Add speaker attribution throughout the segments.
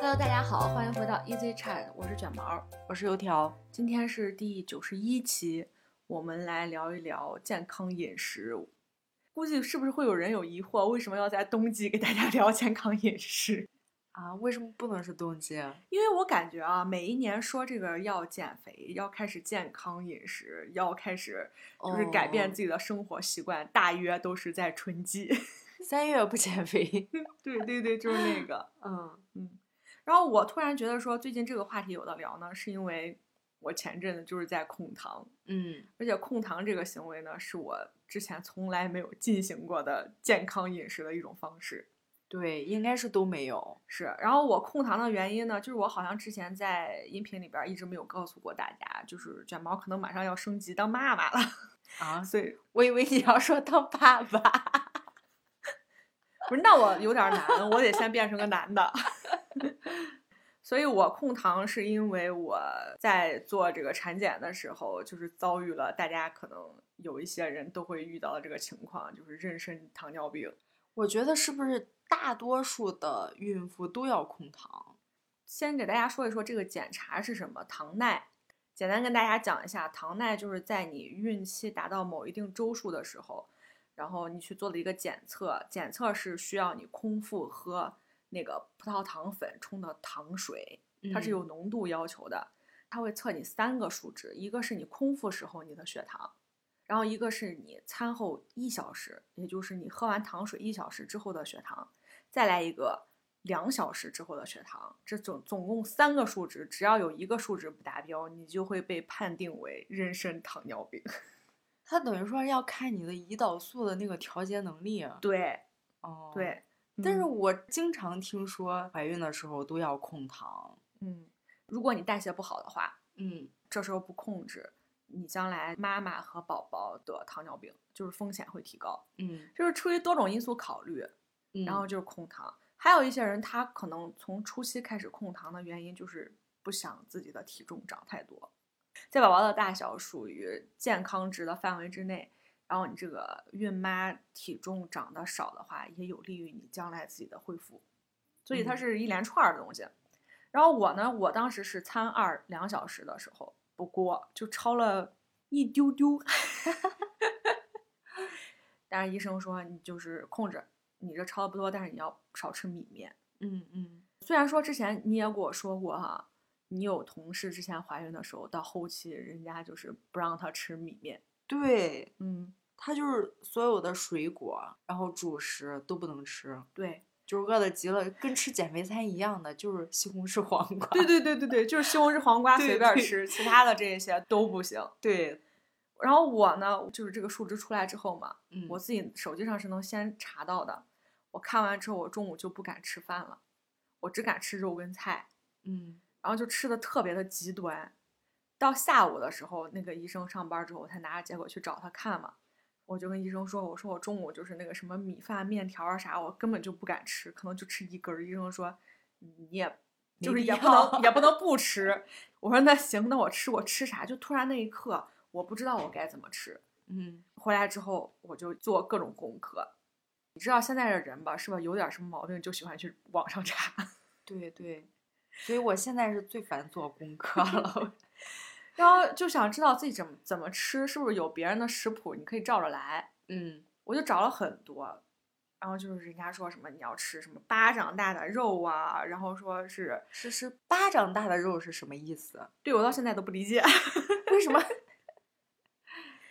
Speaker 1: Hello，大家好，欢迎回到 Easy Chat，我是卷毛。
Speaker 2: 我是油条。
Speaker 1: 今天是第九十一期，我们来聊一聊健康饮食。估计是不是会有人有疑惑，为什么要在冬季给大家聊健康饮食？
Speaker 2: 啊，为什么不能是冬季啊？
Speaker 1: 因为我感觉啊，每一年说这个要减肥，要开始健康饮食，要开始就是改
Speaker 2: 哦
Speaker 1: 变自己的生活习惯，大约都是在春季。
Speaker 2: 三月不减肥。
Speaker 1: 对对对，就是那个。
Speaker 2: 嗯
Speaker 1: 嗯，然后我突然觉得说，最近这个话题有的聊呢，是因为我前阵子就是在控糖，
Speaker 2: 嗯，
Speaker 1: 而且控糖这个行为呢，是我之前从来没有进行过的健康饮食的一种方式。
Speaker 2: 对，应该是都没有。
Speaker 1: 是，然后我控糖的原因呢，就是我好像之前在音频里边儿一直没有告诉过大家，就是卷毛可能马上要升级当妈妈了，
Speaker 2: 啊，
Speaker 1: 所以
Speaker 2: 我以为你要说当爸爸。
Speaker 1: 不是，那我有点儿难，我得先变成个男的。 所以我控糖是因为我在做这个产检的时候，就是遭遇了大家可能有一些人都会遇到的这个情况，就是妊娠糖尿病。
Speaker 2: 我觉得是不是大多数的孕妇都要控糖？
Speaker 1: 先给大家说一说这个检查是什么，糖耐。简单跟大家讲一下，糖耐就是在你孕期达到某一定周数的时候，然后你去做的一个检测，检测是需要你空腹喝那个葡萄糖粉冲的糖水，它是
Speaker 2: 嗯
Speaker 1: 有浓度要求的，它会测你三个数值，一个是你空腹时候你的血糖，然后一个是你餐后一小时，也就是你喝完糖水一小时之后的血糖，再来一个两小时之后的血糖，这总总共三个数值，只要有一个数值不达标，你就会被判定为妊娠糖尿病。
Speaker 2: 它等于说要看你的胰岛素的那个调节能力。啊
Speaker 1: 对
Speaker 2: 哦，。
Speaker 1: 对，
Speaker 2: 但是
Speaker 1: 嗯
Speaker 2: 我经常听说怀孕的时候都要控糖。
Speaker 1: 嗯，如果你代谢不好的话，
Speaker 2: 嗯，
Speaker 1: 这时候不控制，你将来妈妈和宝宝得糖尿病，就是风险会提高。
Speaker 2: 嗯，
Speaker 1: 就是出于多种因素考虑，然
Speaker 2: 然
Speaker 1: 后
Speaker 2: 后
Speaker 1: 就是控糖。还有一些人，他可能从初期开始控糖的原因就是不想自己的体重长太多，在宝宝的大小属于健康值的范围之内，然后你这个孕妈体重长得少的话，也有利于你将来自己的恢复。所以它
Speaker 2: 嗯
Speaker 1: 是一连串儿的东西。然后我呢，我当时是餐二两小时的时候，不过就超了一丢丢。 但是医生说你就是控制，你这超的不多，但是你要少吃米面。
Speaker 2: 嗯嗯，
Speaker 1: 虽然说之前你也跟我说过哈、你有同事之前怀孕的时候，到后期人家就是不让她吃米面，
Speaker 2: 对，
Speaker 1: 嗯，
Speaker 2: 它就是所有的水果，然后主食都不能吃，
Speaker 1: 对，
Speaker 2: 就是饿的极了，跟吃减肥餐一样的，就是西红柿、黄瓜。
Speaker 1: 对对对对对，就是西红柿、黄瓜随
Speaker 2: 对
Speaker 1: 便
Speaker 2: 对
Speaker 1: 吃，其他的这一些都不行。
Speaker 2: 对，
Speaker 1: 然后我呢，就是这个数值出来之后嘛，
Speaker 2: 嗯，
Speaker 1: 我自己手机上是能先查到的。我看完之后，我中午就不敢吃饭了，我只敢吃肉跟菜，
Speaker 2: 嗯，
Speaker 1: 然后就吃的特别的极端。到下午的时候，那个医生上班之后，我才拿着结果去找他看嘛。我就跟医生说：“我说我中午就是那个什么米饭、面条啊啥，我根本就不敢吃，可能就吃一根儿。”医生说：“你也，
Speaker 2: 没
Speaker 1: 就是
Speaker 2: 必
Speaker 1: 也不能
Speaker 2: 要
Speaker 1: 也不 能不吃。”我说：“那行，那我吃我吃啥？”就突然那一刻，我不知道我该怎么吃。
Speaker 2: 嗯，
Speaker 1: 回来之后我就做各种功课。你知道现在的人吧，是吧？有点什么毛病就喜欢去网上查。
Speaker 2: 对对，所以我现在是最烦做功课了。
Speaker 1: 然后就想知道自己怎么怎么吃，是不是有别人的食谱，你可以照着来。
Speaker 2: 嗯，
Speaker 1: 我就找了很多，然后就是人家说什么你要吃什么巴掌大的肉啊，然后说是
Speaker 2: 是是，巴掌大的肉是什么意思？
Speaker 1: 对我到现在都不理解。
Speaker 2: 为什么？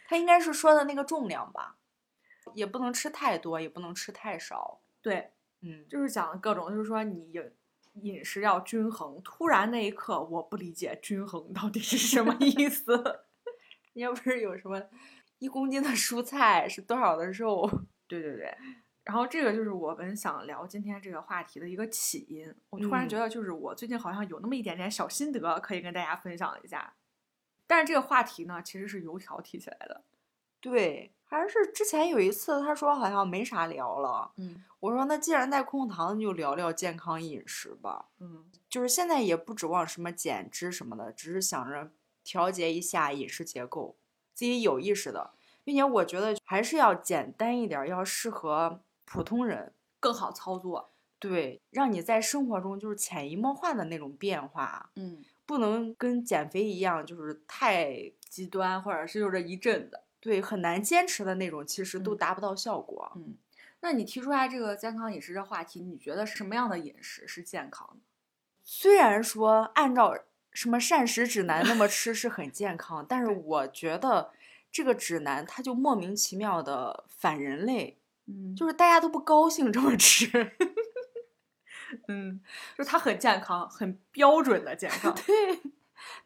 Speaker 2: 他应该是说的那个重量吧，也不能吃太多，也不能吃太少。
Speaker 1: 对，
Speaker 2: 嗯，
Speaker 1: 就是讲各种，就是说你饮饮食要均衡。突然那一刻，我不理解均衡到底是什么意思。
Speaker 2: 要不是有什么一公斤的蔬菜是多少的 肉？
Speaker 1: 对对对，然后这个就是我们想聊今天这个话题的一个起因。我突然觉
Speaker 2: 嗯
Speaker 1: 得，就是我最近好像有那么一点点小心得，可以跟大家分享一下。但是这个话题呢，其实是油条提起来的。
Speaker 2: 对，还是之前有一次他说好像没啥聊了，
Speaker 1: 嗯
Speaker 2: 我说那既然在控糖，那就聊聊健康饮食吧。
Speaker 1: 嗯
Speaker 2: 就是现在也不指望什么减脂什么的，只是想着调节一下饮食结构，自己有意识的，并且我觉得还是要简单一点儿，要适合普通人。
Speaker 1: 更好操作。
Speaker 2: 对，让你在生活中就是潜移默化的那种变化，
Speaker 1: 嗯，
Speaker 2: 不能跟减肥一样，就是太
Speaker 1: 极端或者是就是一阵子，
Speaker 2: 对很难坚持的那种，其实都
Speaker 1: 嗯
Speaker 2: 达不到效果。
Speaker 1: 嗯。那你提出来这个健康饮食这话题，你觉得什么样的饮食是健康的？
Speaker 2: 虽然说按照什么膳食指南那么吃是很健康，但是我觉得这个指南它就莫名其妙的反人类，
Speaker 1: 嗯就
Speaker 2: 就是是大家都不高兴这么吃。
Speaker 1: 嗯，就是它很健康，很标准的健康。
Speaker 2: 对，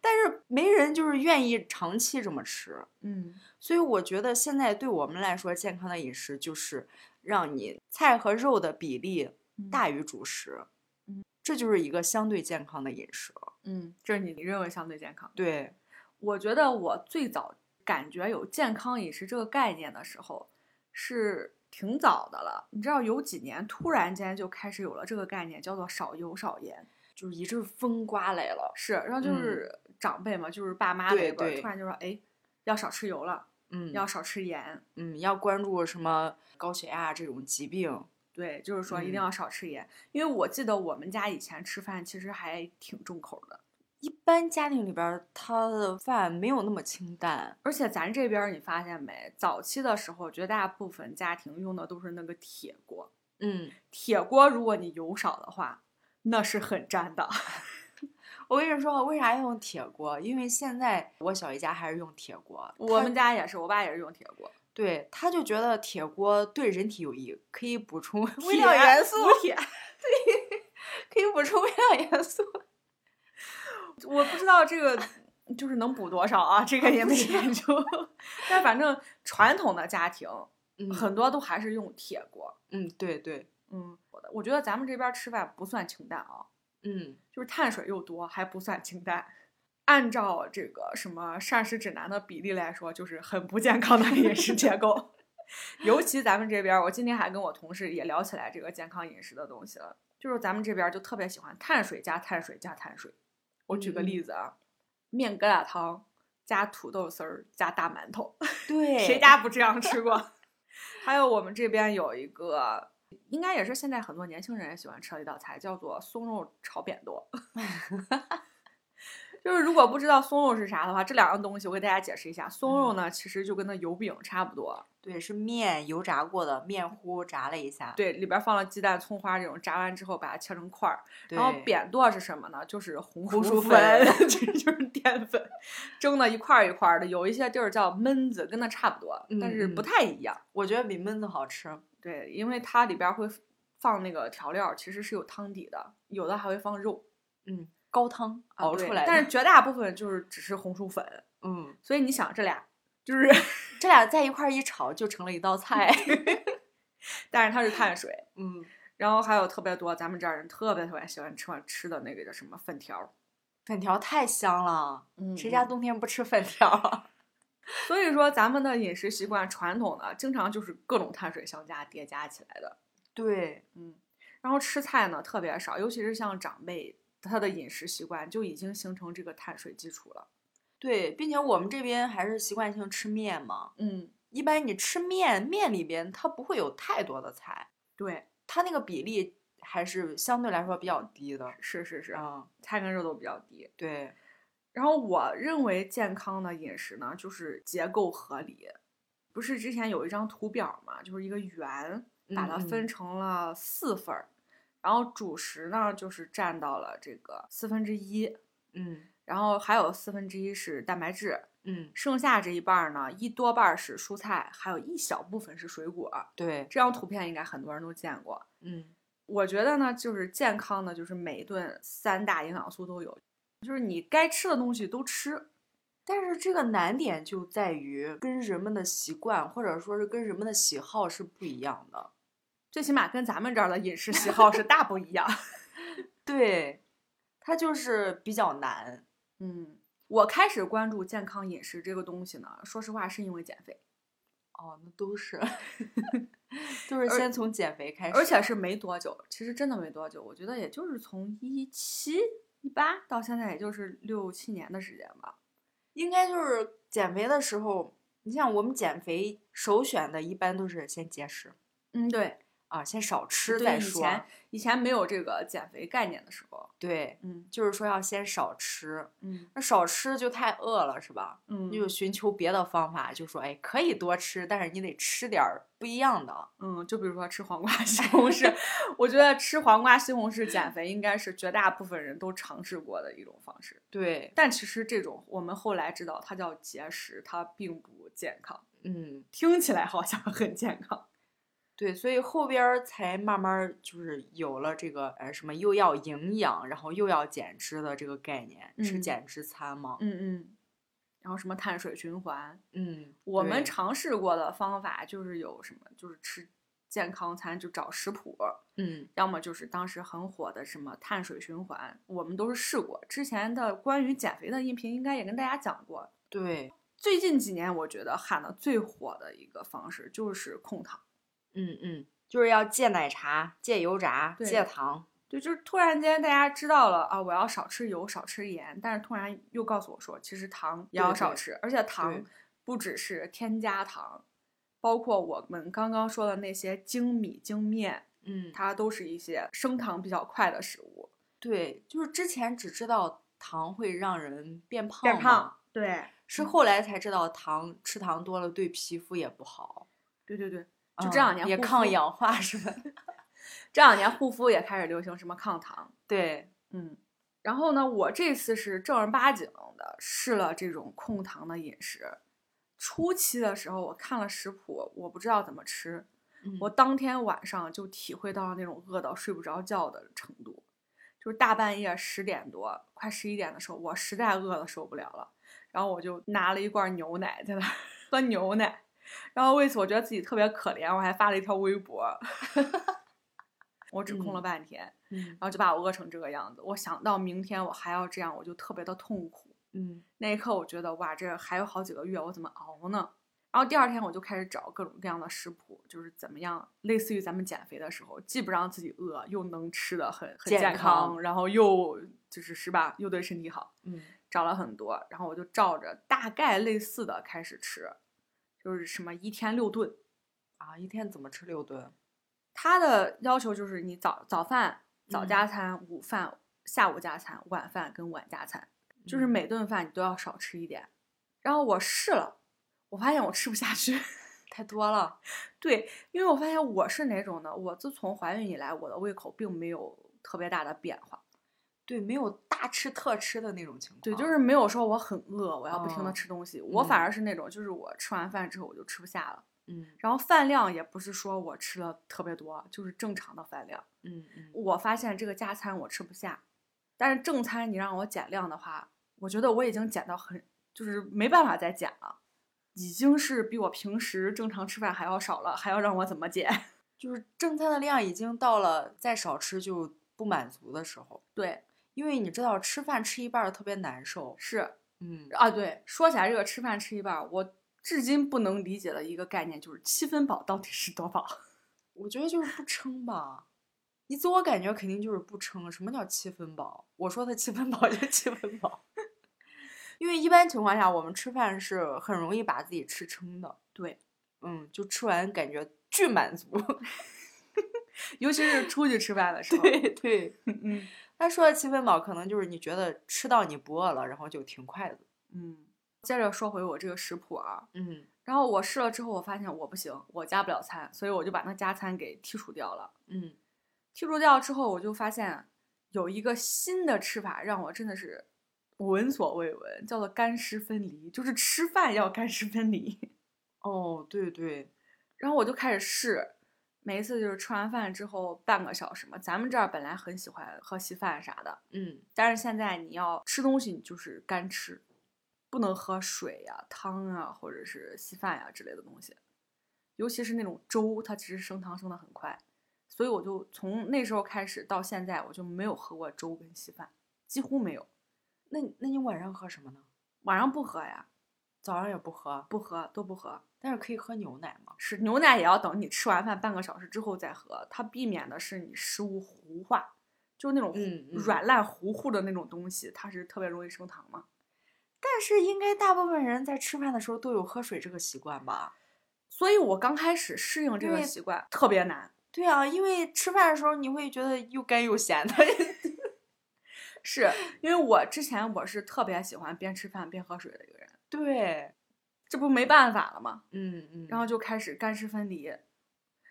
Speaker 2: 但是没人就是愿意长期这么吃，
Speaker 1: 嗯
Speaker 2: 所以我觉得现在对我们来说，健康的饮食就是让你菜和肉的比例大于主食，
Speaker 1: 嗯，
Speaker 2: 这就是一个相对健康的饮食。
Speaker 1: 嗯，这是你认为相对健康。
Speaker 2: 对，
Speaker 1: 我觉得我最早感觉有健康饮食这个概念的时候，是挺早的了。你知道，有几年突然间就开始有了这个概念，叫做少油少盐。
Speaker 2: 就是一阵风刮来了，
Speaker 1: 是，然后就
Speaker 2: 嗯
Speaker 1: 是长辈嘛，就是爸妈那
Speaker 2: 对
Speaker 1: 一辈儿，
Speaker 2: 对
Speaker 1: 突然就说，哎，要少吃油了，
Speaker 2: 嗯，
Speaker 1: 要少吃盐。
Speaker 2: 嗯要关注什么高血压这种疾病，
Speaker 1: 对，就是说一
Speaker 2: 嗯
Speaker 1: 定要少吃盐，因为我记得我们家以前吃饭其实还挺重口的，
Speaker 2: 一般家庭里边儿他的饭没有那么清淡，
Speaker 1: 而且咱这边儿你发现没，早期的时候绝大部分家庭用的都是那个铁锅，
Speaker 2: 嗯，
Speaker 1: 铁锅如果你油少的话，那是很粘的。
Speaker 2: 我跟你说，为啥要用铁锅？因为现在我小姨家还是用铁锅，
Speaker 1: 我
Speaker 2: 她
Speaker 1: 们家也是，我爸也是用铁锅，
Speaker 2: 对她就觉得铁锅对人体有益，可以补充微
Speaker 1: 铁
Speaker 2: 量元素，
Speaker 1: 补铁。
Speaker 2: 可以补充微量元素。
Speaker 1: 我不知道这个就是能补多少啊，这个也没研究。 但反正传统的家庭
Speaker 2: 嗯
Speaker 1: 很多都还是用铁锅。
Speaker 2: 嗯，对对，
Speaker 1: 嗯，我的，我觉得咱们这边儿吃饭不算清淡啊，
Speaker 2: 嗯
Speaker 1: 就是碳水又多，还不算清淡。按照这个什么膳食指南的比例来说，就是很不健康的饮食结构。 尤其咱们这边儿，我今天还跟我同事也聊起来这个健康饮食的东西了，就是咱们这边儿就特别喜欢碳水加碳水加碳水。我举个
Speaker 2: 嗯嗯
Speaker 1: 例子啊，面疙瘩汤加土豆丝儿加大馒头，
Speaker 2: 对，
Speaker 1: 谁家不这样吃过？ 还有我们这边有一个，应该也是现在很多年轻人也喜欢吃的一道菜，叫做松肉炒扁 豆。就是如果不知道松肉是啥的话，这两样东西我给大家解释一下。松肉
Speaker 2: 嗯
Speaker 1: 呢，其实就跟那油饼差不多，
Speaker 2: 对是面油炸过的，面糊炸了一下，
Speaker 1: 对，里边放了鸡蛋、葱花这种，炸完之后把它切成块儿。
Speaker 2: 对，
Speaker 1: 然后扁豆是什么呢？就是红
Speaker 2: 红
Speaker 1: 薯
Speaker 2: 薯粉
Speaker 1: 这就是淀粉，蒸的一块儿一块儿的。有一些地儿叫焖子，跟那差不多，但是
Speaker 2: 嗯
Speaker 1: 不
Speaker 2: 嗯
Speaker 1: 太一样。
Speaker 2: 我觉得比焖子好吃。
Speaker 1: 对，因为它里边儿会放那个调料儿，其实是有汤底的，有的还会放肉
Speaker 2: 嗯，高汤
Speaker 1: 啊
Speaker 2: 熬
Speaker 1: 对
Speaker 2: 出来的，
Speaker 1: 但是绝大部分就是只是红薯粉，
Speaker 2: 嗯，
Speaker 1: 所以你想这俩就是，
Speaker 2: 这俩在一块儿一炒就成了一道 菜。
Speaker 1: 但是它是碳水，
Speaker 2: 嗯，
Speaker 1: 然后还有特别多咱们这儿人特别特别喜欢吃吃的那个叫什么粉条儿，
Speaker 2: 粉条太香了，
Speaker 1: 嗯
Speaker 2: 谁家
Speaker 1: 嗯
Speaker 2: 冬天不吃粉条啊？
Speaker 1: 所以说咱们的饮食习惯传统的经常就是各种碳水相加叠加起来的，
Speaker 2: 对，
Speaker 1: 嗯，然后吃菜呢特别少，尤其是像长辈。他的饮食习惯就已经形成这个碳水基础了。
Speaker 2: 对，并且我们这边还是习惯性吃面嘛。
Speaker 1: 嗯，
Speaker 2: 一般你吃面，面里边它不会有太多的菜，
Speaker 1: 对，
Speaker 2: 它那个比例还是相对来说比较低的。
Speaker 1: 是是是。
Speaker 2: 嗯，
Speaker 1: 菜跟肉都比较低。
Speaker 2: 对，
Speaker 1: 然后我认为健康的饮食呢，就是结构合理。不是之前有一张图表嘛，就是一个圆，把它
Speaker 2: 嗯嗯
Speaker 1: 分成了四份儿，然后主食呢就是占到了这个四分之一，
Speaker 2: 嗯
Speaker 1: 然后还有四分之一是蛋白质，
Speaker 2: 嗯，
Speaker 1: 剩下这一半儿呢，一多半儿是蔬菜，还有一小部分是水果。
Speaker 2: 对，
Speaker 1: 这张图片应该很多人都见过。
Speaker 2: 嗯
Speaker 1: 我觉得呢，就是健康的，就是每一顿三大营养素都有，就是你该吃的东西都吃。
Speaker 2: 但是这个难点就在于跟人们的习惯，或者说是跟人们的喜好是不一样的。
Speaker 1: 最起码跟咱们这儿的饮食喜好是大不一样。
Speaker 2: 对，它就是比较难。
Speaker 1: 嗯，我开始关注健康饮食这个东西呢，说实话是因为减肥，
Speaker 2: 哦，那都是， 都是
Speaker 1: 而
Speaker 2: 先从减肥开始，
Speaker 1: 而且是没多久，其实真的没多久，我觉得也就是从一七一八到现在，也就是六七年的时间吧。
Speaker 2: 应该就是减肥的时候，你像我们减肥首选的一般都是先节食
Speaker 1: 嗯，对，
Speaker 2: 啊，先少吃
Speaker 1: 对
Speaker 2: 再
Speaker 1: 以
Speaker 2: 说。
Speaker 1: 前以前没有这个减肥概念的时候，
Speaker 2: 对，
Speaker 1: 嗯
Speaker 2: 就是说要先少吃，
Speaker 1: 嗯
Speaker 2: 那少吃就太饿了，是吧？
Speaker 1: 嗯
Speaker 2: 就寻求别的方法，就说哎，可以多吃，但是你得吃点儿不一样的。
Speaker 1: 嗯，就比如说吃黄瓜、 西红柿，我觉得吃黄瓜、西红柿减肥应该是绝大部分人都尝试过的一种方式。
Speaker 2: 对，
Speaker 1: 但其实这种我们后来知道它叫节食，它并不健康，
Speaker 2: 嗯，
Speaker 1: 听起来好像很健康。
Speaker 2: 对，所以后边儿才慢慢儿就是有了这个呃什么又要营养，然后又要减脂的这个概念，吃
Speaker 1: 嗯
Speaker 2: 减脂餐嘛。
Speaker 1: 嗯嗯，然后什么碳水循环，
Speaker 2: 嗯，
Speaker 1: 我们
Speaker 2: 对
Speaker 1: 尝试过的方法就是有什么，就是吃健康餐，就找食谱，
Speaker 2: 嗯
Speaker 1: 要么就是当时很火的什么碳水循环，我们都是试过。之前的关于减肥的音频应该也跟大家讲过。
Speaker 2: 对，
Speaker 1: 最近几年，我觉得喊的最火的一个方式就是控糖，
Speaker 2: 嗯嗯，就是要戒奶茶、戒油炸、
Speaker 1: 对
Speaker 2: 戒糖。
Speaker 1: 对，就是突然间大家知道了啊，我要少吃油、少吃盐，但是突然又告诉我说，其实糖也
Speaker 2: 对
Speaker 1: 要少
Speaker 2: 对
Speaker 1: 吃，而且糖
Speaker 2: 对
Speaker 1: 不只是添加糖，包括我们刚刚说的那些精米、精面，
Speaker 2: 嗯，
Speaker 1: 它都是一些升糖比较快的食物，
Speaker 2: 对，就是之前只知道糖会让人变胖，
Speaker 1: 变胖，。对，
Speaker 2: 是
Speaker 1: 嗯
Speaker 2: 后来才知道糖吃糖多了对皮肤也不好，
Speaker 1: 对对对，就这两
Speaker 2: 嗯
Speaker 1: 年
Speaker 2: 也
Speaker 1: 护
Speaker 2: 抗
Speaker 1: 肤
Speaker 2: 氧化是吧？
Speaker 1: 这两年护肤也开始流行什么抗糖，
Speaker 2: 对，
Speaker 1: 嗯，然后呢，我这次是正儿八经的试了这种控糖的饮食。初期的时候，我看了食谱，我不知道怎么吃，我
Speaker 2: 我
Speaker 1: 当天晚上就体会到了那种饿到睡不着觉的程度，就是大半夜十点多，快十一点的时候，我实在饿的受不了了，然后我就拿了一罐牛奶在那儿喝牛奶，然后为此我觉得自己特别可怜，我还发了一条微博， 我只空了
Speaker 2: 嗯
Speaker 1: 半天，
Speaker 2: 嗯
Speaker 1: 然后就把我饿成这个样子。我想到明天我还要这样，我就特别的痛苦。
Speaker 2: 嗯
Speaker 1: 那一刻，我觉得哇，这还有好几个月，我怎么熬呢？然后第二天我就开始找各种各样的食谱，就是怎么样，类似于咱们减肥的时候，既不让自己饿，又能吃的很很
Speaker 2: 健
Speaker 1: 健
Speaker 2: 康
Speaker 1: 康，然后又就是是吧，又对身体好。
Speaker 2: 嗯
Speaker 1: 找了很多，然后我就照着大概类似的开始吃，就是什么一天六顿。
Speaker 2: 啊，一天怎么吃六顿？
Speaker 1: 他的要求就是你早早饭、早
Speaker 2: 嗯
Speaker 1: 加餐、午饭、下午加餐、晚饭跟晚加餐，就是
Speaker 2: 嗯
Speaker 1: 每顿饭你都要少吃一点。然后我试了，我发现我吃不下去。
Speaker 2: 太多了，
Speaker 1: 对，因为我发现我是哪种呢？我自从怀孕以来，我的胃口并没有特别大的变化。
Speaker 2: 对，没有大吃特吃的那种情况。
Speaker 1: 对，就是没有说我很饿，我要不停的
Speaker 2: 哦
Speaker 1: 吃东西。我反
Speaker 2: 嗯
Speaker 1: 而是那种，就是我吃完饭之后我就吃不下了。
Speaker 2: 嗯
Speaker 1: 然后饭量也不是说我吃了特别多，就是正常的饭量。
Speaker 2: 嗯嗯，
Speaker 1: 我发现这个加餐我吃不下，但是正餐你让我减量的话，我觉得我已经减到很，就是没办法再减了，已经是比我平时正常吃饭还要少了，还要让我怎么减？
Speaker 2: 就是正餐的量已经到了再少吃就不满足的时候，
Speaker 1: 对，
Speaker 2: 因为你知道吃饭吃一半儿特别难受。
Speaker 1: 是
Speaker 2: 嗯
Speaker 1: 啊，对，说起来这个吃饭吃一半儿，我至今不能理解的一个概念就是七分饱到底是多饱？
Speaker 2: 我觉得就是不撑吧，你自我感觉肯定就是不撑。什么叫七分饱？我说的七分饱 就七分饱，因为一般情况下我们吃饭是很容易把自己吃撑的。
Speaker 1: 对，
Speaker 2: 嗯，就吃完感觉巨满足。
Speaker 1: 尤其是出去吃饭的时候，
Speaker 2: 对，
Speaker 1: 嗯
Speaker 2: 他说的七分饱可能就是你觉得吃到你不饿了，然后就停筷子。
Speaker 1: 嗯。接着说回我这个食谱啊，
Speaker 2: 嗯
Speaker 1: 然后我试了之后，我发现我不行，我加不了餐，所以我就把那加餐给剔除掉了。
Speaker 2: 嗯
Speaker 1: 剔除掉之后，我就发现有一个新的吃法让我真的是闻所未闻，叫做干湿分离，就是吃饭要干湿分离。
Speaker 2: 哦，对对，
Speaker 1: 然后我就开始试，每一次就是吃完饭之后半个小时嘛，咱们这儿本来很喜欢喝稀饭啥的，
Speaker 2: 嗯
Speaker 1: 但是现在你要吃东西，你就是干吃，不能喝水呀、汤啊，或者是稀饭呀、之类的东西。尤其是那种粥，它其实升糖升的很快，所以我就从那时候开始到现在，我就没有喝过粥跟稀饭，几乎没有。
Speaker 2: 那你那你晚上喝什么呢？
Speaker 1: 晚上不喝呀，
Speaker 2: 早上也不喝，
Speaker 1: 不喝都不喝，
Speaker 2: 但是可以喝牛奶嘛。
Speaker 1: 是牛奶也要等你吃完饭半个小时之后再喝，它避免的是你食物糊化，就是那种
Speaker 2: 嗯嗯
Speaker 1: 软烂糊糊的那种东西，它是特别容易升糖嘛。
Speaker 2: 但是应该大部分人在吃饭的时候都有喝水这个习惯吧？
Speaker 1: 所以我刚开始适应这个
Speaker 2: 对
Speaker 1: 习惯特别难，
Speaker 2: 对啊，因为吃饭的时候你会觉得又干又咸的。
Speaker 1: 是因为我之前我是特别喜欢边吃饭边喝水的一个人，
Speaker 2: 对，
Speaker 1: 这不没办法了吗？
Speaker 2: 嗯嗯，
Speaker 1: 然后就开始干湿分离。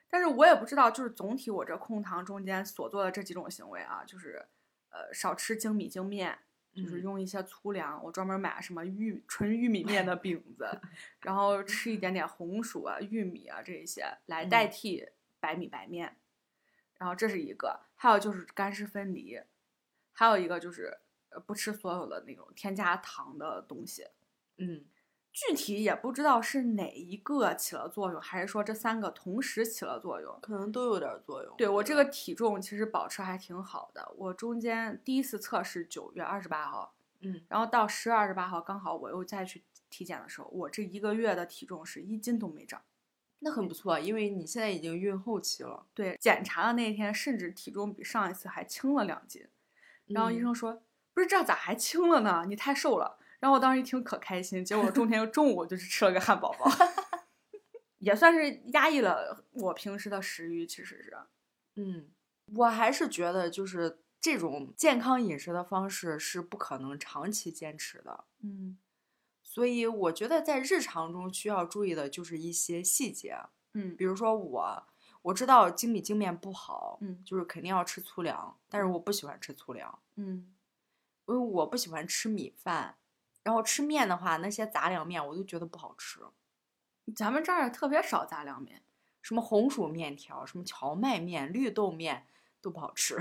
Speaker 1: 但是我也不知道，就是总体我这控糖中间所做的这几种行为啊，就是呃少吃精米精面，就是
Speaker 2: 嗯
Speaker 1: 用一些粗粮，我专门买什么玉纯玉米 面的饼子，然后吃一点点红薯啊、玉米啊这一些来代
Speaker 2: 嗯
Speaker 1: 替白米白面。然后这是一个，还有就是干湿分离，还有一个就是呃不吃所有的那种添加糖的东西。
Speaker 2: 嗯
Speaker 1: 具体也不知道是哪一个起了作用，还是说这三个同时起了作用。
Speaker 2: 可能都有点作用。
Speaker 1: 对我
Speaker 2: 觉
Speaker 1: 这
Speaker 2: 得
Speaker 1: 个体重其实保持还挺好的，我中间第一次测是九月二十八号，
Speaker 2: 嗯
Speaker 1: 然后到十月二十八号刚好我又再去体检的时候，我这一个月的体重是一斤都没长。
Speaker 2: 那很不错，因为你现在已经孕后期了。
Speaker 1: 对，检查的那天甚至体重比上一次还轻了两斤，然后医
Speaker 2: 嗯
Speaker 1: 生说、不是这咋还轻了呢？你太瘦了。然后我当时一听可开心，结果 中间又中午就是吃了个汉 堡包，也算是压抑了我平时的食欲，其实是。
Speaker 2: 嗯，我还是觉得就是这种健康饮食的方式是不可能长期坚持的，
Speaker 1: 嗯
Speaker 2: 所以我觉得在日常中需要注意的就是一些细节，啊
Speaker 1: 嗯
Speaker 2: 比如说我我知道精米精面不好，
Speaker 1: 嗯
Speaker 2: 就是肯定要吃粗粮，但是我不喜欢吃粗粮，
Speaker 1: 嗯
Speaker 2: 因为我不喜欢吃米饭，然后吃面的话，那些杂粮面我都觉得不好吃，
Speaker 1: 咱们这儿特别少杂粮面，
Speaker 2: 什么红薯面条、什么荞麦面、绿豆面都不好吃。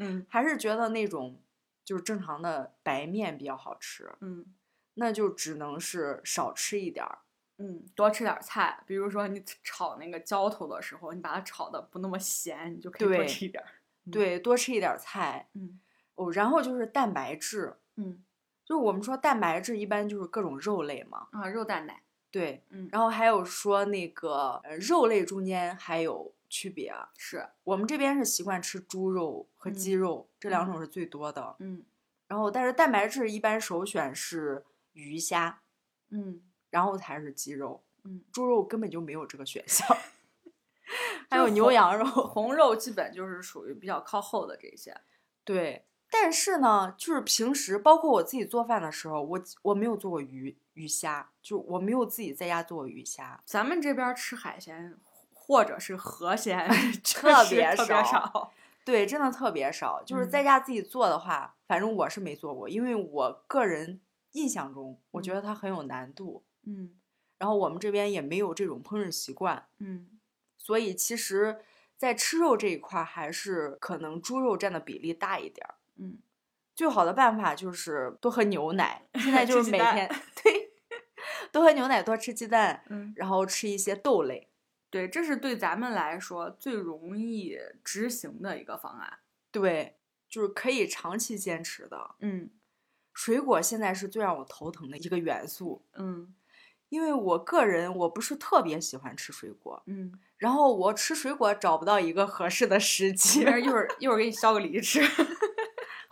Speaker 1: 嗯
Speaker 2: 还是觉得那种就是正常的白面比较好吃，
Speaker 1: 嗯
Speaker 2: 那就只能是少吃一点儿。
Speaker 1: 嗯，多吃点儿菜，比如说你炒那个浇头的时候，你把它炒的不那么咸，你就可以多
Speaker 2: 对
Speaker 1: 吃一点儿。嗯
Speaker 2: 对，多吃一点儿菜
Speaker 1: 嗯
Speaker 2: 哦。然后就是蛋白质，
Speaker 1: 嗯
Speaker 2: 就是我们说蛋白质一般就是各种肉类嘛，
Speaker 1: 啊，肉蛋奶，
Speaker 2: 对。
Speaker 1: 嗯，
Speaker 2: 然后还有说那个呃肉类中间还有区别啊，
Speaker 1: 是，
Speaker 2: 我们这边是习惯吃猪肉和鸡
Speaker 1: 嗯
Speaker 2: 肉、这两
Speaker 1: 嗯
Speaker 2: 种是最多的。
Speaker 1: 嗯
Speaker 2: 然后但是蛋白质一般首选是鱼虾，
Speaker 1: 嗯。
Speaker 2: 然后才是鸡肉。
Speaker 1: 嗯，
Speaker 2: 猪肉根本就没有这个选 项，还
Speaker 1: 就
Speaker 2: 有
Speaker 1: 是
Speaker 2: 牛
Speaker 1: 红
Speaker 2: 羊肉。
Speaker 1: 红肉基本就是属于比较靠后的这些。
Speaker 2: 对，但是呢，就是平时包括我自己做饭的时候，我我没有做过鱼鱼虾，就是我没有自己在家做过鱼虾。
Speaker 1: 咱们这边儿吃海鲜或者是河鲜，
Speaker 2: 特
Speaker 1: 特
Speaker 2: 别
Speaker 1: 特别
Speaker 2: 少
Speaker 1: 少。 嗯
Speaker 2: 对，真的特别少。就是在家自己做的话，反正我是没做过，因为我个人印象中，我觉
Speaker 1: 嗯
Speaker 2: 得它很有难度。
Speaker 1: 嗯
Speaker 2: 然后我们这边也没有这种烹饪习惯，
Speaker 1: 嗯
Speaker 2: 所以其实，在吃肉这一块儿，还是可能猪肉占的比例大一点儿。
Speaker 1: 嗯，
Speaker 2: 最好的办法就是多喝牛奶，现在就是
Speaker 1: 吃鸡
Speaker 2: 每
Speaker 1: 蛋
Speaker 2: 天 对，多喝牛奶，多吃鸡蛋，
Speaker 1: 嗯，
Speaker 2: 然后吃一些豆类。
Speaker 1: 对，这是对咱们来说最容易执行的一个方案。
Speaker 2: 对，就是可以长期坚持的。
Speaker 1: 嗯
Speaker 2: 水果现在是最让我头疼的一个元素，
Speaker 1: 嗯
Speaker 2: 因为我个人我不是特别喜欢吃水果，
Speaker 1: 嗯，
Speaker 2: 然后我吃水果找不到一个合适的时机
Speaker 1: 没。事儿，一会儿一会儿给你削个梨吃。